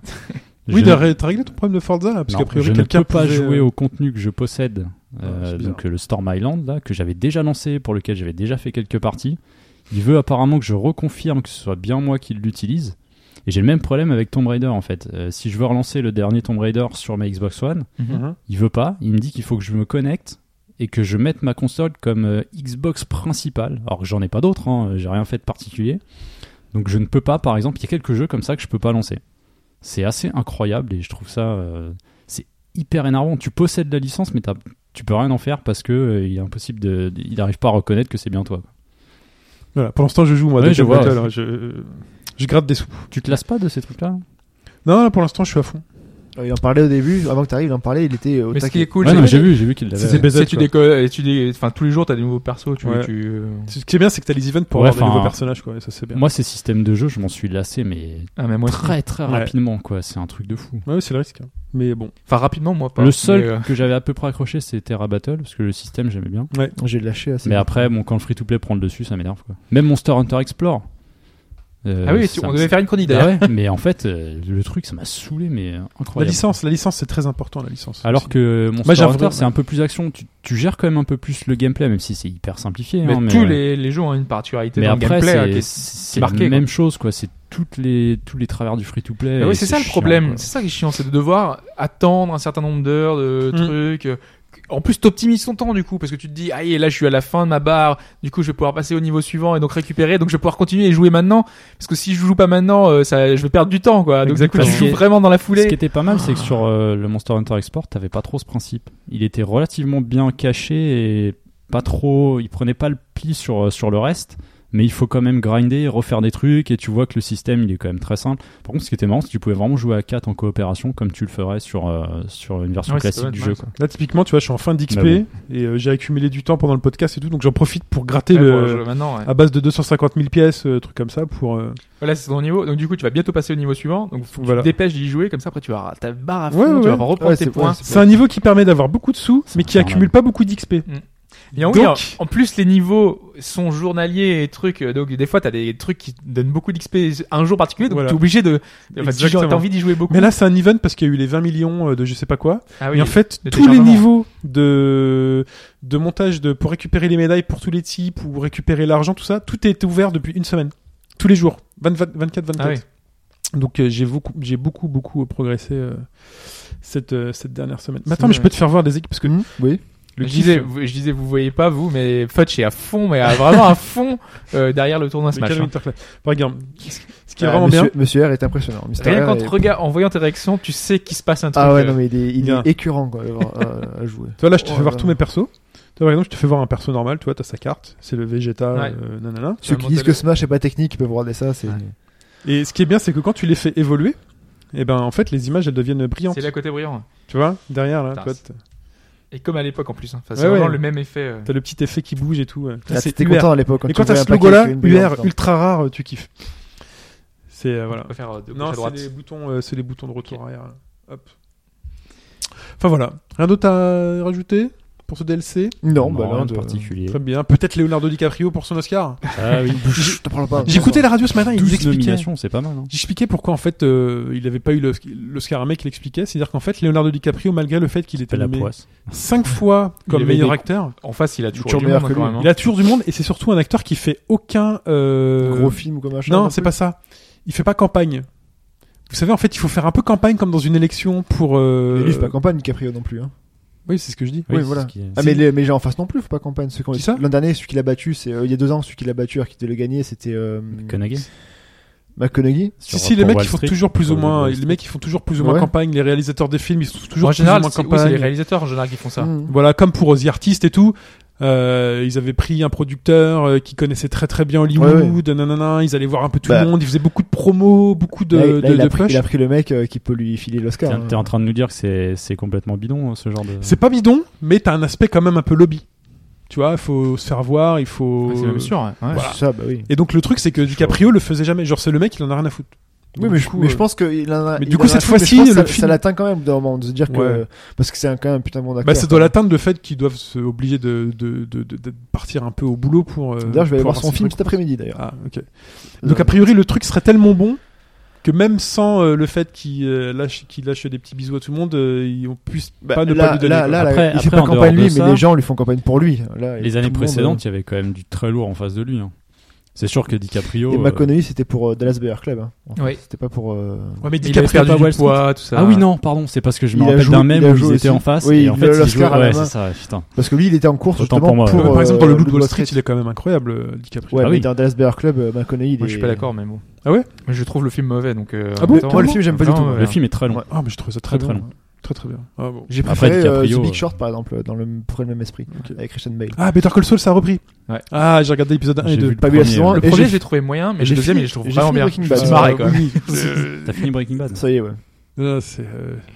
Speaker 1: Oui,
Speaker 2: Je-
Speaker 1: t'as ré- t'as réglé ton problème de Forza là, parce
Speaker 2: non,
Speaker 1: qu'à priori
Speaker 2: je ne
Speaker 1: quelqu'un
Speaker 2: peux pas
Speaker 1: pouvait, euh,
Speaker 2: jouer au contenu que je possède. euh,
Speaker 1: Ouais, c'est bizarre.
Speaker 2: donc euh, le Storm Island là que j'avais déjà lancé pour lequel j'avais déjà fait quelques parties. Il veut apparemment que je reconfirme que ce soit bien moi qui l'utilise. Et j'ai le même problème avec Tomb Raider en fait. Euh, si je veux relancer le dernier Tomb Raider sur ma Xbox One,
Speaker 1: mhm.
Speaker 2: il veut pas. Il me dit qu'il faut que je me connecte et que je mette ma console comme euh, Xbox principale. Alors que j'en ai pas d'autres, hein, j'ai rien fait de particulier. Donc je ne peux pas, par exemple, il y a quelques jeux comme ça que je peux pas lancer. C'est assez incroyable et je trouve ça. euh, c'est hyper énervant. Tu possèdes la licence, mais t'as- tu peux rien en faire parce que euh, il est impossible de. Il n'arrive pas à reconnaître que c'est bien toi.
Speaker 1: Voilà, pour l'instant, je joue moi.
Speaker 2: Ouais,
Speaker 1: Dead
Speaker 2: je
Speaker 1: Dead
Speaker 2: vois.
Speaker 1: Battle, hein, je, je gratte des sous.
Speaker 2: Tu te lasses pas de ces trucs-là
Speaker 1: Non, là, pour l'instant, je suis à fond.
Speaker 3: Il en parlait au début, avant que t'arrives, il en parlait, il était au
Speaker 4: Mais ce qui
Speaker 3: taquet.
Speaker 4: est cool,
Speaker 2: Ouais,
Speaker 4: c'est
Speaker 2: non,
Speaker 4: que
Speaker 2: mais j'ai vu, j'ai vu qu'il l'avait.
Speaker 1: C'est BZ,
Speaker 4: c'est tu
Speaker 1: quoi.
Speaker 4: décolles et tu dé- enfin tous les jours t'as des nouveaux persos tu,
Speaker 1: Ouais.
Speaker 4: tu, euh,
Speaker 1: Ce qui est bien, c'est que t'as les events pour
Speaker 2: Ouais,
Speaker 1: avoir des
Speaker 2: enfin,
Speaker 1: nouveaux personnages, quoi. et ça, c'est bien.
Speaker 2: Moi, ces systèmes de jeu, je m'en suis lassé, mais
Speaker 4: ah mais moi aussi.
Speaker 2: très très
Speaker 1: Ouais.
Speaker 2: rapidement, quoi. C'est un truc de fou.
Speaker 1: Ouais, c'est le risque. hein. Mais bon.
Speaker 4: enfin rapidement moi pas
Speaker 2: le seul
Speaker 4: mais, euh,
Speaker 2: que j'avais à peu près accroché, c'est Terra Battle, parce que le système, j'aimais bien.
Speaker 3: J'ai lâché assez.
Speaker 2: Mais après, bon, quand le free-to-play prend le dessus, ça m'énerve. quoi. Même Monster Hunter Explore. euh,
Speaker 4: ah oui
Speaker 2: ça-
Speaker 4: tu- on devait faire une chronique
Speaker 2: Ah
Speaker 4: d'ailleurs
Speaker 2: ouais, mais en fait, euh, le truc, ça m'a saoulé, mais euh,
Speaker 1: La
Speaker 2: incroyable.
Speaker 1: licence, la licence, c'est très important, la licence.
Speaker 2: Alors que Monster
Speaker 1: j'ai un
Speaker 2: Hunter,
Speaker 1: vrai-
Speaker 2: c'est un peu plus action. Tu, tu gères quand même un peu plus le gameplay, même si c'est hyper simplifié.
Speaker 4: mais,
Speaker 2: hein,
Speaker 4: tous les, les jeux ont une particularité
Speaker 2: mais
Speaker 4: dans
Speaker 2: après,
Speaker 4: le gameplay hein, qui
Speaker 2: c'est-
Speaker 4: est-
Speaker 2: c'est la
Speaker 4: marqué, quoi.
Speaker 2: même chose, quoi. C'est toutes les, tous les travers du free-to-play.
Speaker 4: Mais
Speaker 2: et
Speaker 4: oui, c'est ça le
Speaker 2: chiant,
Speaker 4: problème.
Speaker 2: quoi.
Speaker 4: C'est ça qui est chiant, c'est de devoir attendre un certain nombre d'heures de
Speaker 1: Mm.
Speaker 4: trucs. euh, En plus, t'optimises ton temps du coup, parce que tu te dis, ah, et là, je suis à la fin de ma barre. Du coup, je vais pouvoir passer au niveau suivant et donc récupérer. Donc, je vais pouvoir continuer et jouer maintenant, parce que si je joue pas maintenant, euh, ça, je vais perdre du temps, quoi. Donc, du coup,
Speaker 1: Exactement.
Speaker 4: tu joues vraiment dans la
Speaker 2: Ce qui
Speaker 4: foulée.
Speaker 2: était pas mal, c'est que sur euh, le Monster Hunter Export, t'avais pas trop ce principe. Il était relativement bien caché et pas trop. Il prenait pas le pli sur, euh, sur le reste. Mais il faut quand même grinder, refaire des trucs, et tu vois que le système il est quand même très simple. Par contre, ce qui était marrant, c'est que tu pouvais vraiment jouer à 4 en coopération comme tu le ferais sur, euh, sur une version
Speaker 4: Ouais, c'est
Speaker 2: classique
Speaker 4: pas
Speaker 2: du
Speaker 4: mal,
Speaker 2: jeu.
Speaker 4: ça.
Speaker 2: quoi.
Speaker 1: Là, typiquement, tu vois, je suis en fin d'XP
Speaker 2: Bah oui.
Speaker 1: et euh, j'ai accumulé du temps pendant le podcast et tout, donc j'en profite pour gratter
Speaker 4: Ouais, pour
Speaker 1: le.
Speaker 4: le jeu, maintenant, ouais.
Speaker 1: à base de 250 000 pièces, euh, truc comme ça, pour. euh,
Speaker 4: Voilà, c'est ton niveau. Donc, du coup, tu vas bientôt passer au niveau suivant. Donc, faut que
Speaker 1: Voilà.
Speaker 4: tu te dépêches d'y jouer, comme ça, après, tu vas ta barre à fond,
Speaker 1: Ouais, ouais,
Speaker 4: tu vas
Speaker 1: ouais.
Speaker 4: reprendre
Speaker 3: Ouais,
Speaker 4: tes
Speaker 3: c'est-
Speaker 4: points.
Speaker 3: ouais, c'est-
Speaker 1: C'est un niveau qui permet d'avoir beaucoup de sous, mais qui
Speaker 2: infernal.
Speaker 1: accumule pas beaucoup d'XP.
Speaker 4: Et en,
Speaker 1: Donc-
Speaker 4: oui, en- en plus, les niveaux sont journaliers et trucs. euh, Donc, des fois, t'as des trucs qui te donnent beaucoup d'XP un jour particulier. Donc,
Speaker 1: Voilà.
Speaker 4: t'es obligé de. Enfin, tu
Speaker 1: Exactement.
Speaker 4: joues- t'as envie d'y jouer beaucoup.
Speaker 1: Mais là, c'est un event parce qu'il y a eu les 20 millions euh, de je sais pas quoi.
Speaker 4: ah
Speaker 1: et en fait,
Speaker 4: le
Speaker 1: tous les
Speaker 4: téléchargement.
Speaker 1: niveaux de, de montage de, pour récupérer les médailles pour tous les types ou récupérer l'argent, tout ça, tout est ouvert depuis une semaine. Tous les jours. 24-24.
Speaker 4: Ah oui.
Speaker 1: Donc euh, j'ai beaucoup, j'ai beaucoup, beaucoup progressé euh, cette, euh, cette dernière semaine. Mais
Speaker 4: C'est
Speaker 1: attends, mais je
Speaker 4: vrai.
Speaker 1: peux te faire voir des équipes parce que
Speaker 3: Hmm, Oui.
Speaker 1: le
Speaker 4: je,
Speaker 1: kiff-
Speaker 4: disais, vous- je disais, vous voyez pas, vous, mais Fudge est à fond, mais à- vraiment à fond euh, derrière le tournoi
Speaker 1: le
Speaker 4: Smash.
Speaker 1: Karen
Speaker 4: hein.
Speaker 1: Winterclay. Par exemple, ce qui est
Speaker 3: Ah,
Speaker 1: vraiment
Speaker 3: monsieur,
Speaker 1: bien,
Speaker 3: Monsieur R est impressionnant. Mr.
Speaker 4: Rien
Speaker 3: R
Speaker 4: qu'en
Speaker 3: est-
Speaker 4: te regard- en voyant tes réactions, tu sais qu'il se passe un truc.
Speaker 3: Ah ouais,
Speaker 4: euh,
Speaker 3: non, mais il est, il
Speaker 1: bien.
Speaker 3: est écœurant, quoi, à, à- à jouer.
Speaker 1: toi là, je te
Speaker 3: Oh
Speaker 1: fais voir
Speaker 3: là
Speaker 1: tous
Speaker 3: là.
Speaker 1: mes persos. Toi, par exemple, je te fais voir un perso normal, tu vois, t'as sa carte, c'est le Vegeta,
Speaker 4: Ouais.
Speaker 1: euh, nanana.
Speaker 3: Ceux
Speaker 4: un
Speaker 3: qui
Speaker 4: mental-
Speaker 3: disent que Smash est pas technique, ils peuvent regarder ça, c'est.
Speaker 4: Ouais.
Speaker 1: Et ce qui est bien, c'est que quand tu les fais évoluer, et ben en fait, les images elles deviennent brillantes.
Speaker 4: C'est là côté brillant.
Speaker 1: Tu vois, derrière là,
Speaker 4: Putain,
Speaker 1: tu vois,
Speaker 4: c'est- Et comme à l'époque en plus. hein. Enfin, c'est
Speaker 1: Ouais,
Speaker 4: vraiment
Speaker 1: ouais.
Speaker 4: le même effet. euh.
Speaker 1: t'as le petit effet qui bouge et tout. ouais.
Speaker 3: Ah,
Speaker 1: C'est
Speaker 3: T'étais
Speaker 1: UR.
Speaker 3: content à l'époque.
Speaker 1: Et
Speaker 3: tu
Speaker 1: quand t'as
Speaker 3: voyais
Speaker 1: ce
Speaker 3: un paquet
Speaker 1: logo là,
Speaker 3: avec une brillante
Speaker 1: UR
Speaker 3: dedans.
Speaker 1: ultra rare, euh, tu kiffes. C'est euh, voilà.
Speaker 4: On peut faire euh, de gauche
Speaker 1: Non,
Speaker 4: à
Speaker 1: c'est
Speaker 4: droite.
Speaker 1: les boutons, euh, c'est les boutons de retour arrière. là. Hop. Enfin voilà. Rien d'autre à rajouter pour ce DLC
Speaker 3: Non, bah
Speaker 2: Non,
Speaker 3: là,
Speaker 2: rien
Speaker 3: de-
Speaker 2: de particulier.
Speaker 1: Très bien. Peut-être Leonardo DiCaprio pour son Oscar.
Speaker 2: Ah oui,
Speaker 3: Je te parle pas.
Speaker 1: J'écoutais la radio ce matin. Il nous
Speaker 2: 12
Speaker 1: expliquait.
Speaker 2: nominations, c'est pas mal. hein.
Speaker 1: J'expliquais pourquoi en fait euh, il n'avait pas eu le- l'Oscar à mec, il expliquait, c'est-à-dire qu'en fait Leonardo DiCaprio, malgré le fait qu'il était
Speaker 2: T'as la
Speaker 1: nommé
Speaker 2: poisse.
Speaker 1: 5 fois comme
Speaker 4: avait
Speaker 1: meilleur
Speaker 4: des-
Speaker 1: acteur,
Speaker 4: En face, il a toujours
Speaker 3: Toujours
Speaker 4: du
Speaker 3: meilleur
Speaker 4: monde,
Speaker 3: que
Speaker 4: quand
Speaker 3: lui.
Speaker 4: même, hein.
Speaker 1: il a toujours du monde et c'est surtout un acteur qui fait aucun euh,
Speaker 3: Gros film ou comme machin.
Speaker 1: Non, c'est pas ça. Il fait pas campagne. Vous savez, en fait, il faut faire un peu campagne comme dans une élection pour. euh,
Speaker 3: Mais lui, il fait pas campagne, Caprio non plus. Hein.
Speaker 1: Oui, c'est ce que je dis.
Speaker 3: Oui,
Speaker 2: c'est
Speaker 3: voilà.
Speaker 2: ce qui est-
Speaker 3: Ah mais les, mais les gens en face non plus, faut pas qu'on peine. Ceux qui ont-
Speaker 1: Qui ça
Speaker 3: L'an dernier, celui qui l'a battu, c'est euh, il y a deux ans, celui qui l'a battu, alors qu'il devait le gagner, c'était euh,
Speaker 2: Konagi.
Speaker 3: McConaughey.
Speaker 1: Si,
Speaker 2: Sur-
Speaker 1: si, les
Speaker 2: pour
Speaker 1: mecs,
Speaker 2: Wall
Speaker 1: ils font
Speaker 2: Street,
Speaker 1: toujours plus ou
Speaker 2: pour le
Speaker 1: moins,
Speaker 2: Wall
Speaker 1: les
Speaker 2: Street.
Speaker 1: mecs, ils font toujours plus ou moins
Speaker 3: Ouais.
Speaker 1: campagne, les réalisateurs de films, ils sont toujours
Speaker 4: En général,
Speaker 1: plus ou
Speaker 4: c'est
Speaker 1: moins
Speaker 4: oui, c'est les
Speaker 1: campagne.
Speaker 4: réalisateurs en général qui font ça.
Speaker 3: Mm.
Speaker 1: Voilà, comme pour The Artist et tout, euh, ils avaient pris un producteur euh, qui connaissait très très bien Hollywood, nanana, ils allaient voir un peu tout
Speaker 3: Bah.
Speaker 1: le monde, ils faisaient beaucoup de promos, beaucoup de,
Speaker 3: Là, il- là,
Speaker 1: de,
Speaker 3: il, a
Speaker 1: de
Speaker 3: pris,
Speaker 1: push.
Speaker 3: il a pris le mec euh, qui peut lui filer l'Oscar.
Speaker 2: Tiens,
Speaker 3: hein.
Speaker 2: T'es en train de nous dire que c'est c'est complètement bidon hein, ce genre de.
Speaker 1: C'est pas bidon, mais t'as un aspect quand même un peu lobby. Tu vois, il faut se faire voir, il faut.
Speaker 4: Ouais, Ah, C'est même sûr. ouais. Ouais.
Speaker 1: Voilà.
Speaker 3: Ça, bah oui.
Speaker 1: Et donc le truc, c'est que DiCaprio le faisait jamais. Genre, c'est le mec, il en a rien à foutre.
Speaker 3: Oui,
Speaker 1: Donc,
Speaker 3: mais,
Speaker 1: du
Speaker 3: je,
Speaker 1: coup,
Speaker 3: mais
Speaker 1: euh,
Speaker 3: je pense que il en a-
Speaker 1: mais
Speaker 3: il
Speaker 1: du
Speaker 3: en
Speaker 1: coup,
Speaker 3: a
Speaker 1: cette
Speaker 3: un truc, mais je
Speaker 1: fois-ci,
Speaker 3: pense que
Speaker 1: le
Speaker 3: ça,
Speaker 1: film-
Speaker 3: ça l'atteint quand même d'un moment de se dire
Speaker 1: Ouais.
Speaker 3: que parce que c'est un- quand même un putain de bon acteur.
Speaker 1: Bah, ça doit l'atteindre le fait qu'ils doivent se obliger de, de, de, de- de partir un peu au boulot pour. euh,
Speaker 3: D'ailleurs, je vais aller
Speaker 1: pour
Speaker 3: voir
Speaker 1: avoir
Speaker 3: son
Speaker 1: ces
Speaker 3: film
Speaker 1: trucs.
Speaker 3: cet après-midi d'ailleurs.
Speaker 1: Ah, ok. Donc, a priori, le truc serait tellement bon que même sans euh, le fait qu'il euh, lâche, qu'il lâche des petits bisous à tout le monde, euh, il- on puisse
Speaker 3: Bah,
Speaker 1: pas ne
Speaker 3: là,
Speaker 1: pas lui donner.
Speaker 3: là,
Speaker 1: quoi.
Speaker 3: là, là,
Speaker 2: Après-
Speaker 3: il fait
Speaker 2: après,
Speaker 3: pas
Speaker 2: en dehors
Speaker 3: campagne
Speaker 2: de
Speaker 3: lui,
Speaker 2: ça-
Speaker 3: mais les gens lui font campagne pour lui. Là,
Speaker 2: Les
Speaker 3: tout
Speaker 2: années
Speaker 3: le monde, euh,
Speaker 2: précédentes, il y avait quand même du très lourd en face de lui. hein. C'est sûr que DiCaprio.
Speaker 3: euh, Et
Speaker 2: euh,
Speaker 3: McConaughey, c'était pour euh, Dallas Buyer Club. hein. En fait,
Speaker 4: Oui.
Speaker 3: C'était pas pour. euh,
Speaker 1: Ouais, mais
Speaker 4: Mais Il a
Speaker 1: DiCaprio,
Speaker 4: perdu
Speaker 2: pas Wall
Speaker 4: du
Speaker 2: Street.
Speaker 4: poids, tout ça.
Speaker 2: Ah oui, non, pardon, c'est parce que je me
Speaker 3: Il a
Speaker 2: rappelle
Speaker 3: joué-
Speaker 2: d'un même
Speaker 3: il a
Speaker 2: où ils
Speaker 3: joué
Speaker 2: étaient
Speaker 3: aussi.
Speaker 2: en face.
Speaker 3: Oui,
Speaker 2: et en
Speaker 3: il
Speaker 2: fait,
Speaker 3: a
Speaker 2: ils
Speaker 3: l'Oscar
Speaker 2: jouaient-
Speaker 3: à la
Speaker 2: ouais,
Speaker 3: main.
Speaker 2: c'est ça, putain.
Speaker 3: Parce que lui, il était en course
Speaker 2: Autant
Speaker 3: justement
Speaker 2: pour moi,
Speaker 1: Pour-
Speaker 2: ouais.
Speaker 1: par exemple, dans le
Speaker 3: euh,
Speaker 1: Loup de Wall Street, il est quand même incroyable, euh, DiCaprio.
Speaker 3: Ouais,
Speaker 2: Ah
Speaker 3: mais
Speaker 2: oui.
Speaker 3: dans Dallas Bear Club, euh, McConaughey, il
Speaker 4: Moi, je suis
Speaker 3: est-
Speaker 4: pas d'accord, mais bon.
Speaker 1: Ah ouais
Speaker 4: Mais Je trouve le film mauvais, donc. euh,
Speaker 1: Ah bon
Speaker 4: en même temps,
Speaker 1: Moi, le
Speaker 3: film, j'aime pas du
Speaker 4: en même
Speaker 3: tout.
Speaker 4: temps,
Speaker 2: Le
Speaker 4: euh,
Speaker 2: film est très long.
Speaker 3: Ouais.
Speaker 1: Ah, mais je trouvais ça très
Speaker 2: Très, très
Speaker 1: bien.
Speaker 2: long.
Speaker 1: Très très bien. Ah, bon.
Speaker 4: J'ai
Speaker 2: Après,
Speaker 3: Après, euh,
Speaker 2: DiCaprio,
Speaker 3: The Big
Speaker 2: euh,
Speaker 3: Short, par exemple, dans le, pour le même esprit, avec Christian Bale.
Speaker 1: Ah, Better Call Saul, ça a repris.
Speaker 4: Ouais.
Speaker 1: Ah, j'ai regardé l'épisode 1 et
Speaker 2: J'ai
Speaker 1: 2.
Speaker 2: vu le
Speaker 3: Pas vu la
Speaker 2: premier,
Speaker 3: saison un,
Speaker 2: ouais.
Speaker 4: Le
Speaker 3: Et
Speaker 4: premier,
Speaker 3: j'ai-
Speaker 4: j'ai trouvé moyen, mais le
Speaker 3: j'ai
Speaker 4: deuxième,
Speaker 3: fini-
Speaker 4: je trouve
Speaker 3: j'ai
Speaker 4: vraiment
Speaker 3: fini
Speaker 4: bien. Je
Speaker 3: Breaking
Speaker 4: me
Speaker 3: Bad.
Speaker 4: suis marré, quand même.
Speaker 1: Oui.
Speaker 2: T'as fini Breaking Bad
Speaker 3: Ça y est, ouais.
Speaker 1: Ah, c'est, euh,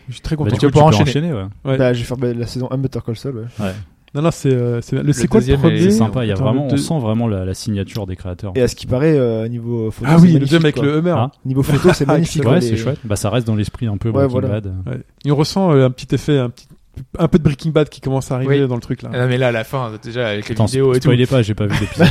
Speaker 1: je suis très
Speaker 2: Bah,
Speaker 1: content.
Speaker 2: du coup,
Speaker 4: tu peux enchaîner.
Speaker 2: ouais.
Speaker 1: Ouais.
Speaker 3: Bah, je vais faire bah, la saison 1 Better Call Saul, ouais.
Speaker 1: Non, non, c'est, euh, c'est, le, c'est quoi le
Speaker 4: deuxième est-
Speaker 1: premier
Speaker 2: C'est
Speaker 4: Et-
Speaker 2: sympa, il y a
Speaker 1: Attends,
Speaker 2: vraiment,
Speaker 1: le deux-
Speaker 2: on sent vraiment la, la signature des créateurs.
Speaker 3: Et à ce qui paraît, euh, niveau photo,
Speaker 1: Ah
Speaker 3: c'est
Speaker 1: oui, le
Speaker 3: magnifique,
Speaker 1: 2 avec
Speaker 3: quoi.
Speaker 1: le Hummer.
Speaker 2: Ah.
Speaker 3: Niveau photo, c'est magnifique. quoi,
Speaker 2: ouais,
Speaker 3: les-
Speaker 2: c'est chouette. Bah, ça reste dans l'esprit un peu
Speaker 3: Ouais,
Speaker 2: Breaking
Speaker 3: voilà.
Speaker 2: Bad.
Speaker 1: Ouais. Et on ressent euh, un petit effet, un, petit, un peu de Breaking Bad qui commence à arriver
Speaker 4: Oui.
Speaker 1: dans le truc là.
Speaker 4: Ah, mais là, à la fin, déjà, avec les
Speaker 2: Attends,
Speaker 4: vidéos et tout.
Speaker 2: spoilez pas, j'ai pas vu l'épisode.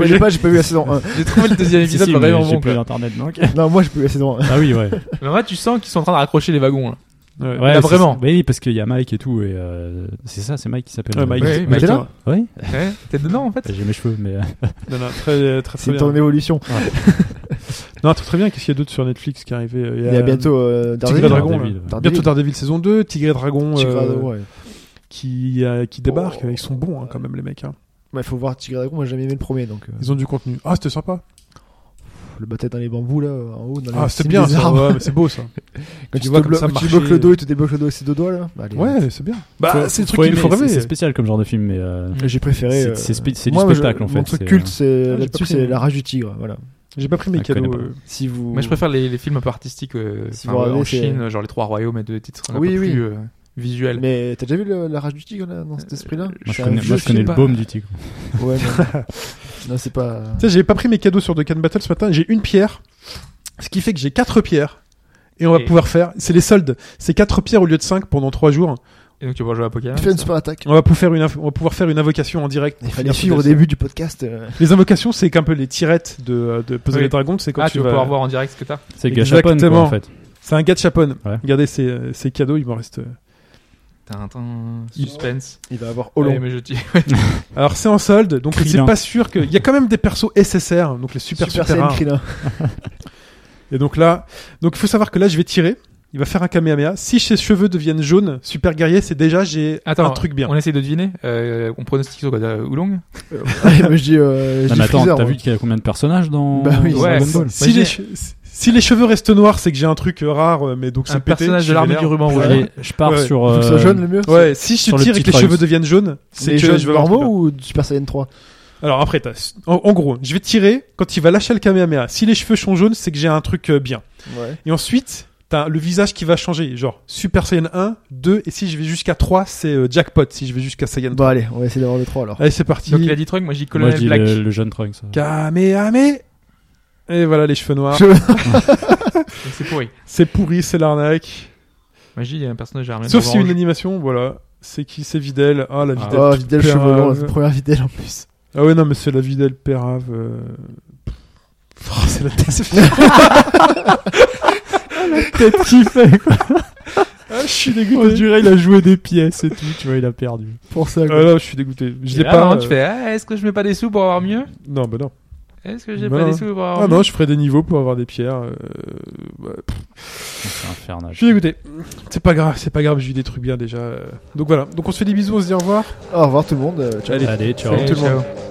Speaker 3: Ouais, j'ai pas, j'ai pas vu la saison 1.
Speaker 4: J'ai trouvé le deuxième
Speaker 2: Si,
Speaker 4: épisode
Speaker 2: si, mais
Speaker 4: vraiment
Speaker 2: j'ai
Speaker 4: bon.
Speaker 2: plus
Speaker 4: quoi.
Speaker 2: l'internet, donc.
Speaker 3: Non, moi, j'ai pas vu la saison 1.
Speaker 2: Ah oui, ouais.
Speaker 4: Mais moi, tu sens qu'ils sont en train de raccrocher les wagons. là.
Speaker 1: Ouais.
Speaker 2: Ouais,
Speaker 4: Là,
Speaker 2: c'est-
Speaker 4: vraiment.
Speaker 2: bah oui, parce qu'il y a Mike et tout, et euh, c'est ça, c'est Mike qui s'appelle.
Speaker 1: Ouais, Mike,
Speaker 4: Ouais,
Speaker 1: Mike,
Speaker 4: Mike
Speaker 1: Mike,
Speaker 3: là
Speaker 1: ouais.
Speaker 2: Ouais,
Speaker 4: Ouais, T'es dedans, en fait
Speaker 2: j'ai mes cheveux, mais. euh,
Speaker 1: Non, non, très, très, très
Speaker 3: C'est
Speaker 1: bien.
Speaker 3: ton évolution.
Speaker 1: Non, très, très bien. Qu'est-ce qu'il y a d'autre sur Netflix qui est arrivé euh,
Speaker 3: Il y
Speaker 1: euh,
Speaker 3: a bientôt euh,
Speaker 1: Tigre et
Speaker 3: Daredevil.
Speaker 1: Dragon.
Speaker 2: Daredevil.
Speaker 1: là. Bientôt Daredevil saison 2, Tigre et Dragon
Speaker 3: Tigre et
Speaker 1: euh,
Speaker 3: Dragon, ouais.
Speaker 1: qui, euh, qui débarque.
Speaker 3: Oh.
Speaker 1: Ils sont bons hein, quand même, les mecs. hein.
Speaker 3: Il faut voir Tigre et Dragon, moi j'ai jamais aimé le premier, donc euh,
Speaker 1: Ils ont du contenu. Ah, c'était sympa.
Speaker 3: le battait dans les bambous là, en haut, dans les
Speaker 1: Ah, c'était
Speaker 3: cimes
Speaker 1: bien.
Speaker 3: des
Speaker 1: ça.
Speaker 3: arbres.
Speaker 1: Ouais, mais c'est beau ça.
Speaker 3: Quand
Speaker 1: tu
Speaker 3: tu,
Speaker 1: vois
Speaker 3: te
Speaker 1: comme
Speaker 3: blo-
Speaker 1: ça
Speaker 3: quand tu
Speaker 1: marcher,
Speaker 3: bloques le dos et tu débloques le dos avec ses deux doigts là. bah, allez,
Speaker 1: Ouais, c'est bien.
Speaker 2: Faut-
Speaker 1: Bah, c'est le truc
Speaker 2: faut
Speaker 1: qu'il
Speaker 2: aimer,
Speaker 1: faut rêver.
Speaker 2: c'est- C'est spécial comme genre de film, mais. euh,
Speaker 3: J'ai préféré.
Speaker 2: C'est-
Speaker 3: euh,
Speaker 2: c'est spé- c'est du
Speaker 3: moi, moi, je-
Speaker 2: spectacle, en fait,
Speaker 3: Mon truc
Speaker 2: c'est-
Speaker 3: culte, c'est
Speaker 1: j'ai pas
Speaker 3: là-dessus,
Speaker 1: pris,
Speaker 3: c'est
Speaker 1: mais-
Speaker 3: la rage du tigre. Voilà.
Speaker 1: J'ai pas pris mes
Speaker 2: Ah, je connais
Speaker 1: cadeaux.
Speaker 2: pas.
Speaker 1: euh.
Speaker 3: Si vous.
Speaker 4: Moi, je préfère les, les films un peu artistiques euh,
Speaker 3: Si
Speaker 4: enfin,
Speaker 3: vous regardez,
Speaker 4: en
Speaker 3: c'est-
Speaker 4: Chine, genre Les Trois Royaumes et deux titres un
Speaker 3: Oui,
Speaker 4: peu
Speaker 3: oui.
Speaker 4: plus euh, visuels.
Speaker 3: Mais t'as déjà vu le- la rage du tigre là, dans cet esprit-là
Speaker 2: Moi, je
Speaker 3: C'est un
Speaker 2: connais,
Speaker 3: vieux
Speaker 2: moi, je connais
Speaker 3: film.
Speaker 2: le baume du tigre.
Speaker 3: Ouais, non. non, c'est pas.
Speaker 1: Tu sais, j'ai pas pris mes cadeaux sur The Can Battle ce matin. J'ai une pierre, ce qui fait que j'ai quatre pierres. Et on va
Speaker 4: Et-
Speaker 1: pouvoir faire. C'est les soldes. C'est quatre pierres au lieu de cinq pendant trois jours.
Speaker 4: Et donc, tu vas jouer à Ah, Pokémon.
Speaker 3: Tu fais une
Speaker 4: ça.
Speaker 3: super attaque.
Speaker 1: On va pouvoir faire une, inv- on va pouvoir faire une invocation en direct.
Speaker 3: Il
Speaker 1: pour
Speaker 3: fallait
Speaker 1: finir ce
Speaker 3: suivre au
Speaker 1: DLC.
Speaker 3: début du podcast. euh,
Speaker 1: Les invocations, c'est qu'un peu les tirettes de, euh, de Puzzle
Speaker 4: Oui.
Speaker 1: et Dragon. C'est quand
Speaker 4: Ah,
Speaker 1: tu,
Speaker 4: tu vas
Speaker 1: vas-
Speaker 4: pouvoir voir en direct ce que t'as
Speaker 2: C'est
Speaker 1: Exactement.
Speaker 2: Gachapon, quoi, en fait.
Speaker 1: C'est un gachapon.
Speaker 2: Ouais.
Speaker 1: Regardez ces, euh, ces cadeaux, il m'en reste. euh.
Speaker 4: Tintin,
Speaker 1: Il-
Speaker 4: suspense.
Speaker 3: Il va avoir Hollande.
Speaker 4: Ouais, mais je dis-
Speaker 1: Alors c'est en solde, donc c'est
Speaker 2: Krillin.
Speaker 1: pas sûr que. Il y a quand même des persos SSR, donc les super super,
Speaker 3: Saiyan
Speaker 1: rares.
Speaker 3: Krillin.
Speaker 1: Et donc là, donc il faut savoir que là, je vais tirer. Il va faire un Kamehameha. Si ses cheveux deviennent jaunes, super guerrier, c'est déjà j'ai
Speaker 4: Attends,
Speaker 1: un truc bien.
Speaker 4: on essaie de deviner. Euh, on pronostique sur quoi euh, Oolong
Speaker 3: Ouais, mais je dis. euh, je
Speaker 2: Non,
Speaker 3: dis
Speaker 2: mais attends,
Speaker 3: Freezer,
Speaker 2: t'as
Speaker 3: moi.
Speaker 2: vu qu'il y a combien de personnages dans
Speaker 3: Bah oui,
Speaker 2: dans
Speaker 4: ouais,
Speaker 2: Dragon Ball
Speaker 1: Si
Speaker 4: Moi,
Speaker 1: les,
Speaker 4: j'ai-
Speaker 1: che- si les cheveux restent noirs, c'est que j'ai un truc euh, rare, euh, mais donc c'est
Speaker 4: Un
Speaker 1: pété,
Speaker 4: personnage
Speaker 1: je
Speaker 4: de l'armée
Speaker 1: vénère.
Speaker 4: du ruban rouge.
Speaker 2: Allez, je pars
Speaker 1: Ouais.
Speaker 2: sur.
Speaker 3: Faut que ce
Speaker 2: euh,
Speaker 3: soit jaune le mieux.
Speaker 1: Ouais, si je
Speaker 2: Sur le
Speaker 1: tire et
Speaker 2: petit
Speaker 1: que les
Speaker 2: Trunks.
Speaker 1: cheveux deviennent jaunes,
Speaker 3: C'est
Speaker 1: c'est
Speaker 3: les
Speaker 1: que
Speaker 3: jeux
Speaker 1: je vais avoir un truc
Speaker 3: normaux ou du Super Saiyan 3
Speaker 1: bien. Alors après, t'as- en, en gros, je vais tirer quand il va lâcher le Kamehameha. Si les cheveux sont jaunes, c'est que j'ai un truc euh, bien.
Speaker 3: Ouais.
Speaker 1: Et ensuite, t'as le visage qui va changer, genre Super Saiyan 1, 2, et si je vais jusqu'à 3, c'est euh, jackpot. Si je vais jusqu'à Saiyan 3.
Speaker 3: Bon, allez, on va essayer d'avoir le 3 alors.
Speaker 1: Allez, c'est parti.
Speaker 4: Donc il a dit Trunk, moi j'ai
Speaker 2: Moi, je
Speaker 4: Colonel
Speaker 2: dis
Speaker 4: Black.
Speaker 2: le, le jeune Trunks.
Speaker 1: Kamehameha Et voilà les cheveux noirs.
Speaker 3: Je-
Speaker 4: Donc, C'est pourri.
Speaker 1: C'est pourri, c'est l'arnaque.
Speaker 4: Moi j'ai un personnage armé.
Speaker 1: Sauf si
Speaker 4: d'orange.
Speaker 1: une animation, voilà. C'est qui C'est Videl. Ah, la
Speaker 4: Ah.
Speaker 1: Videl.
Speaker 3: Oh, Videl
Speaker 1: pérave.
Speaker 3: cheveux longs, la première Videl en plus.
Speaker 1: Ah ouais, non, mais c'est la Videl Pérave. euh. Oh, c'est la tête.
Speaker 2: Tête qui fait quoi
Speaker 1: Ah, je suis dégoûté.
Speaker 2: dirait il a joué des pièces et tout, tu vois, il a perdu.
Speaker 3: Pour ça,
Speaker 1: Ah là, je suis dégoûté. Je
Speaker 4: Et
Speaker 1: l'ai
Speaker 4: là,
Speaker 1: pas.
Speaker 4: vraiment,
Speaker 1: euh,
Speaker 4: tu fais, Ah, est-ce que je mets pas des sous pour avoir mieux
Speaker 1: Non, bah non.
Speaker 4: Est-ce que j'ai
Speaker 1: Voilà.
Speaker 4: pas des sous pour avoir
Speaker 1: Ah
Speaker 4: mis
Speaker 1: non, je ferai des niveaux pour avoir des pierres. euh, bah, pff,
Speaker 2: C'est infernal.
Speaker 1: je suis dégoûté. C'est pas grave, c'est pas grave, j'ai eu des trucs bien déjà. euh. Donc voilà, donc on se fait des bisous, on se dit au revoir.
Speaker 3: Au revoir tout le monde. euh, ciao.
Speaker 2: Allez, ciao.
Speaker 4: Salut,
Speaker 1: tout le monde.
Speaker 4: ciao.